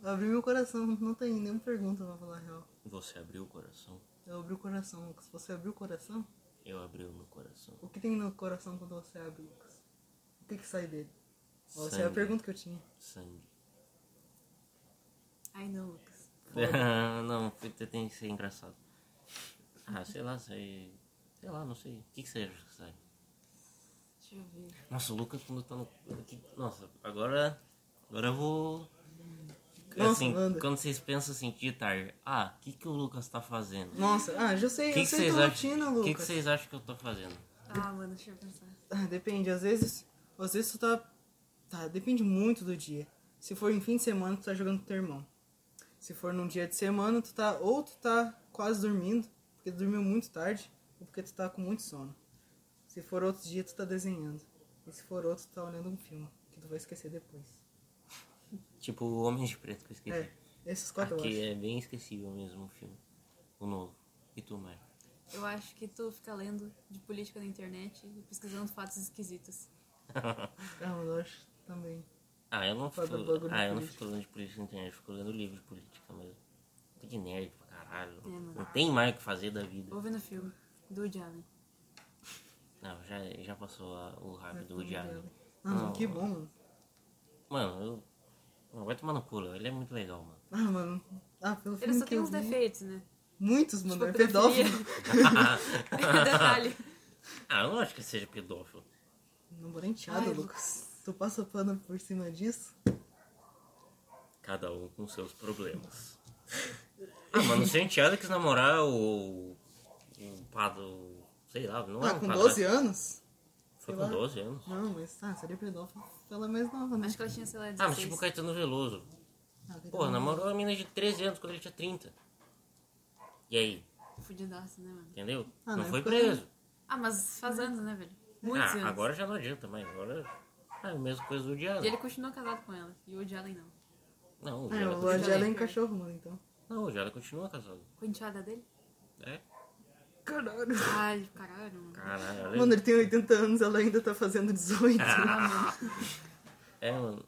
S2: eu abri meu coração. Não tem nenhuma pergunta pra falar a real.
S1: Você abriu o coração.
S2: Eu abri o coração, Lucas. Você abriu o coração?
S1: Eu abri o meu coração.
S2: O que tem no coração quando você abre, Lucas? O que que sai dele? Ó, Essa é a
S1: Sangue.
S2: pergunta que eu tinha.
S1: Sangue.
S3: Ai, não, Lucas.
S1: não, tem- tem que ser engraçado. Ah, sei lá, sei. Sei lá, não sei. O que, que você acha que sai?
S3: Deixa eu ver.
S1: Nossa, o Lucas quando tá no. que- Nossa, agora. Agora eu vou.
S2: Nossa,
S1: assim,
S2: manda.
S1: quando vocês pensam assim, de tarde, ah, o que, que o Lucas tá fazendo?
S2: Nossa, ah, já sei,
S1: que,
S2: eu
S1: que
S2: sei
S1: vocês
S2: tua
S1: acham?
S2: rotina,
S1: que,
S2: Lucas.
S1: que vocês acham que eu tô fazendo?
S3: Ah, mano, deixa eu pensar.
S2: Ah, depende, às vezes. Às vezes tu tá. Tá, depende muito do dia. Se for em fim de semana, tu tá jogando com teu irmão. Se for num dia de semana, tu tá. Ou tu tá quase dormindo, porque tu dormiu muito tarde, ou porque tu tá com muito sono. Se for outro dia, tu tá desenhando. E se for outro, tu tá olhando um filme, que tu vai esquecer depois.
S1: Tipo, o Homem de Preto, que eu esqueci.
S2: É, esses quatro eu
S1: Aqui
S2: acho.
S1: é bem esquecível mesmo o filme. O novo. E tu, Maia?
S3: Eu acho que tu fica lendo de política na internet e pesquisando fatos esquisitos.
S1: é
S2: Ah, mano, eu acho também.
S1: Ah, eu não
S2: Fala
S1: fico.
S2: do bagulho
S1: Ah, eu
S2: de
S1: não
S2: política.
S1: fico lendo de política na internet, eu fico lendo livro de política mesmo. Tem que nerd pra caralho.
S2: É,
S3: mano.
S1: não tem mais o que fazer da vida.
S3: Ouve no filme. Do Jalen.
S1: Não, já, já passou a- o hype do
S2: Não, é
S1: Woody Allen.
S2: Ah, mano, que bom, mano.
S1: Mano, eu. Não, vai tomar no culo, ele é muito legal, mano.
S2: Ah, mano. Ah, pelo
S3: Ele
S2: filme
S3: só
S2: que
S3: tem
S2: eu
S3: uns
S2: vi-
S3: defeitos, né?
S2: Muitos, mano. é
S3: pedofilia.
S2: pedófilo.
S3: Detalhe.
S1: Ah, eu não acho que seja pedófilo.
S2: Namoranteado,
S3: Ai,
S2: Lucas. Tu passa pano por cima disso?
S1: Cada um com seus problemas. Ah, mano, se a enteada quis namorar o. O padre. Sei lá, não é
S2: Ah,
S1: um
S2: com
S1: padrasto.
S2: 12 anos?
S1: Foi
S2: sei
S1: com
S2: lá.
S1: 12 anos.
S2: Não, mas tá, seria pedófilo pela mais nova, né?
S3: Acho que ela tinha, sei lá, 16.
S1: Ah, mas tipo o Caetano Veloso.
S2: Ah, daí
S1: Porra,
S2: não-
S1: namorou a mina de 13 anos quando ele tinha 30. E aí,
S3: Fudidaço, né, mano?
S1: entendeu?
S2: Ah,
S1: não
S2: na
S1: foi
S2: época-
S1: preso.
S3: Ah, mas faz anos, né, velho? Muitos
S1: ah,
S3: anos.
S1: agora já não adianta mais. Agora ah, é a mesma coisa do Diário.
S3: E ele continuou casado com ela. E o Woody Allen não.
S1: Não, o
S2: Ah,
S1: Diário
S2: o
S1: continua...
S2: Woody
S3: Allen.
S2: Allen é um cachorro, mano, então.
S1: não, o Diário continua casado.
S3: Com a enteada dele?
S1: É?
S2: Caralho.
S3: Ai, caralho, mano.
S1: Caralho, olha
S2: Mano, ele tem 80 anos, ela ainda tá fazendo 18.
S1: Ah. É, mano.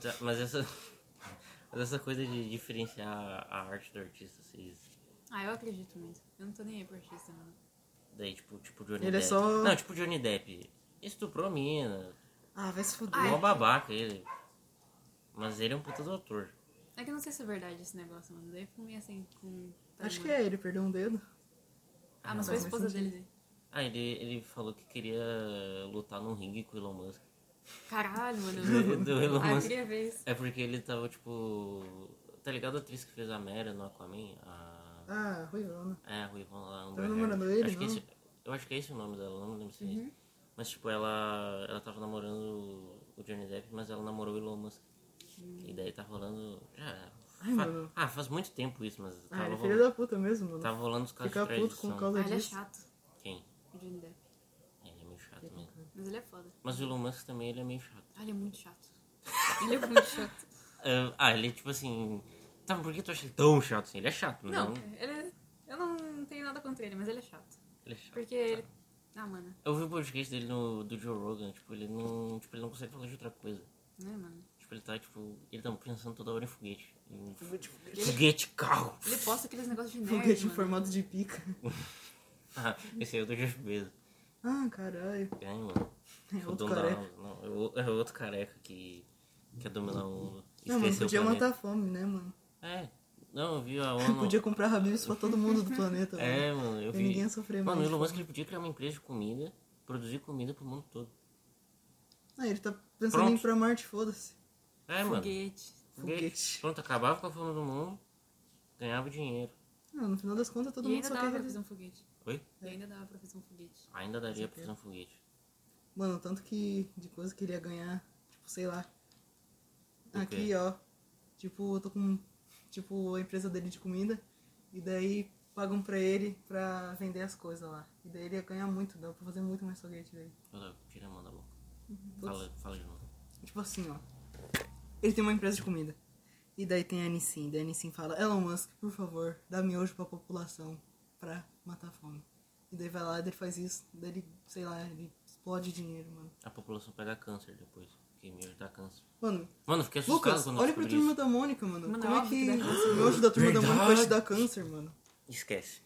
S1: Tá, Mas essa. Mas essa coisa de diferenciar a arte do artista, assim, vocês.
S3: Ah, eu acredito muito. Eu não tô nem aí pro artista, mano.
S1: Daí, tipo, tipo Johnny
S2: Ele é
S1: Depp.
S2: só-
S1: Não, tipo Johnny Depp. Estuprou a mina.
S2: Ah, vai se fuder.
S3: Ah,
S1: Mó
S3: é.
S1: babaca ele. Mas ele é um puta do ator.
S3: É que eu não sei se é verdade esse negócio, mano. Daí eu fico meio assim com.
S2: Acho que é, ele perdeu um dedo.
S3: Ah, mas
S2: Ah,
S3: foi a
S2: faz
S3: esposa
S2: sentido.
S3: dele. né?
S1: Ah, ele, ele falou que queria lutar num ringue com o Elon Musk.
S3: Caralho, mano.
S1: Do Elon
S3: Ah, eu
S1: Musk.
S3: queria ver isso.
S1: É porque ele tava, tipo. Tá ligado a atriz que fez a Mera no Aquaman? A.
S2: Ah, ruivona.
S1: É, a Ruivona lá.
S2: Tava
S1: Amber
S2: namorando
S1: Heard.
S2: ele,
S1: acho que
S2: não? Uhum.
S1: esse- Eu acho que é esse o nome dela, não lembro se é esse. Mas, tipo, ela, ela tava namorando o Johnny Depp, mas ela namorou o Elon Musk. E daí tá rolando. Já.
S2: Ai,
S1: fa-
S2: mano.
S1: Ah, faz muito tempo isso, mas tava,
S2: Ah, ele é filho
S1: rolando,
S2: da puta mesmo, mano.
S1: tava rolando os casos
S2: Ficar
S1: de
S2: puto
S1: tradição.
S2: por causa
S3: Ah, ele é
S2: disso.
S3: chato,
S1: Quem?
S3: o Johnny Depp.
S1: Ele é meio chato mesmo.
S3: Mas ele é foda.
S1: Mas o Elon Musk também ele é meio chato.
S3: Ah, ele é muito chato. Ele é muito chato.
S1: Ah, ah, ele é tipo assim. Tá, mas por que tu acha ele tão chato assim? Ele é chato,
S3: Não,
S1: não?
S3: ele é... Eu não tenho nada contra ele, mas ele é chato.
S1: Ele é chato.
S3: Porque ele... Ah, mano.
S1: Eu vi o podcast dele no, do Joe Rogan, tipo, ele não. Tipo, ele não consegue falar de outra coisa.
S3: Né, mano?
S1: Tipo, ele tá, tipo, ele tá pensando toda hora em foguete. Em foguete, foguete carro.
S3: Ele posta aqueles negócios de nerd,
S2: Foguete em
S3: mano.
S2: formato de pica.
S1: Ah, esse aí é o do Jeff Bezos.
S2: Ah, caralho.
S1: É, mano.
S2: É
S1: o
S2: outro
S1: dono da
S2: careca.
S1: Amazon. Não, é o- é outro careca que quer dominar o mundo.
S2: Não, mano,
S1: Esqueceu o
S2: podia
S1: planeta.
S2: matar a fome, né, mano?
S1: É. Não, eu vi a ONU.
S2: Podia comprar rabibs pra todo mundo do planeta, mano.
S1: É, mano, eu
S2: Pra
S1: vi.
S2: ninguém sofrer
S1: mano, o
S2: mais.
S1: Elon Musk ele podia criar uma empresa de comida, produzir comida pro mundo todo.
S2: Ah, ele tá pensando em
S1: Pronto.
S2: ir pra Marte, foda-se.
S1: É, mano.
S3: Foguete.
S2: Foguete.
S1: Pronto, acabava com a fome do mundo, ganhava dinheiro.
S2: Não, no final das contas, todo
S3: e
S2: mundo
S3: ainda
S2: só
S3: dava pra
S2: quer...
S3: fazer um foguete.
S1: Oi?
S3: E ainda dava pra fazer um foguete.
S1: Ainda daria pra fazer um foguete.
S2: Mano, tanto que de coisa que ele ia ganhar, tipo, sei lá.
S1: O
S2: Aqui,
S1: quê?
S2: ó. Tipo, eu tô com. Tipo, a empresa dele de comida. E daí pagam pra ele pra vender as coisas lá. E daí ele ia ganhar muito, dá pra fazer muito mais foguete daí.
S1: Olha, Tira a mão da boca.
S2: Uhum.
S1: Fala, fala de novo.
S2: Tipo assim, ó. Ele tem uma empresa de comida. E daí tem a Nissin. Daí a Nissin fala, Elon Musk, por favor, dá miojo pra população pra matar a fome. E daí vai lá, daí ele faz isso, daí ele, sei lá, ele explode dinheiro, mano.
S1: A população pega câncer depois. Porque miojo dá câncer.
S2: Mano,
S1: Mano, eu fiquei assustado
S2: Lucas,
S1: quando
S2: olha
S1: eu
S2: pra
S1: descobri
S2: turma da Mônica, mano.
S3: Mano,
S2: Como é
S3: óbvio
S2: que
S3: que dá câncer.
S2: o miojo da turma da Mônica pode
S1: Verdade.
S2: dar câncer, mano?
S1: isso. Esquece.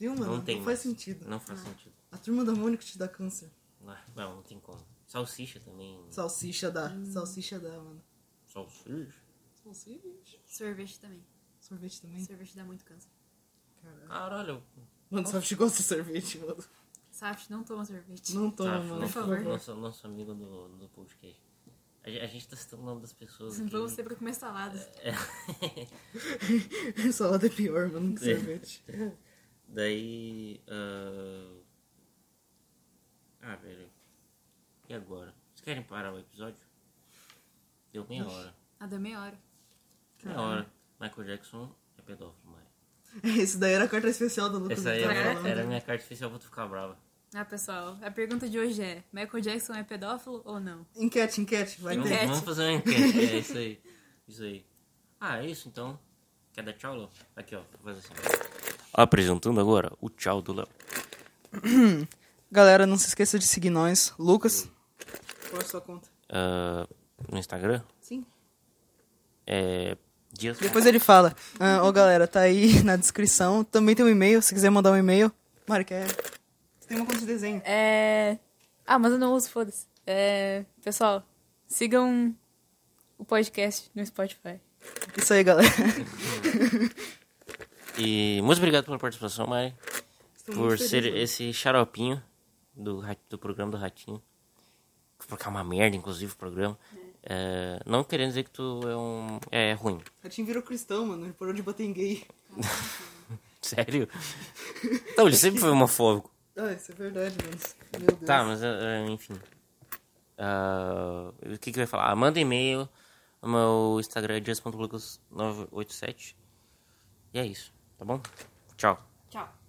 S2: Viu, mano?
S1: não tem
S2: faz
S1: mais.
S2: sentido. Ah.
S1: Não faz sentido.
S2: A turma da Mônica te dá câncer.
S1: Não, não, não tem como. Salsicha também.
S2: Salsicha dá. Salsicha dá, mano.
S1: Salsicha?
S2: Salsicha?
S3: Sorvete também.
S2: Sorvete também?
S3: Sorvete dá muito câncer.
S2: Caralho.
S1: Caralho.
S2: Mano, só gosta de sorvete, mano.
S3: Saft, não toma sorvete.
S2: Não toma,
S1: Tá,
S2: mano.
S1: nosso,
S3: favor.
S1: Nosso, nosso amigo do, do podcast. A, ge- a gente tá citando o nome das pessoas. Aqui.
S2: Então
S3: Vamos ser pra comer salada.
S2: Salada é pior, mano, que
S1: É.
S2: sorvete.
S1: Daí. ah, Ah, velho. E agora? Vocês querem parar o episódio? Deu meia hora.
S3: Ah, deu meia hora.
S1: Meia hora. Michael Jackson é pedófilo, mãe.
S2: É, Esse daí era a carta especial do Lucas.
S1: Essa aí
S2: que tava
S1: era,
S2: falando.
S1: era a minha carta especial pra tu ficar brava.
S3: Ah, pessoal, a pergunta de hoje é: Michael Jackson é pedófilo ou não?
S2: Enquete, enquete, vai
S1: Vamos,
S2: ter.
S3: Enquete.
S1: vamos fazer uma enquete. É isso aí. Isso aí. Ah, é isso então. Quer dar tchau, Léo? Aqui, ó. Faz assim. Apresentando agora o tchau do Léo.
S2: Galera, não se esqueça de seguir nós. Lucas. Por sua conta.
S1: Ah, no Instagram.
S2: Sim.
S1: É. Dias.
S2: Depois ele fala. Ah, ó, galera, tá aí na descrição. Também tem um e-mail, se quiser mandar um e-mail. Mari, quer. é. Você tem uma conta de desenho.
S4: É... Ah, mas eu não uso, foda-se. É... Pessoal, sigam o podcast no Spotify.
S2: Isso aí, galera.
S1: E muito obrigado pela participação, Mari.
S2: Estou muito
S1: por
S2: feliz,
S1: ser
S2: mano.
S1: esse xaropinho do, ra- do programa do Ratinho. Porque é uma merda, inclusive, o programa. É, não querendo dizer que tu é um. É, ruim.
S2: Ratinho virou cristão, mano. Ele parou de bater em gay.
S1: Sério? não, ele sempre foi homofóbico.
S2: Ah, isso é verdade, mano. Meu Deus.
S1: Tá, mas é, é, enfim. Ah, o que, que eu ia falar? Ah, manda e-mail. O meu Instagram é just.lucas987. E é isso, tá bom? Tchau.
S4: Tchau.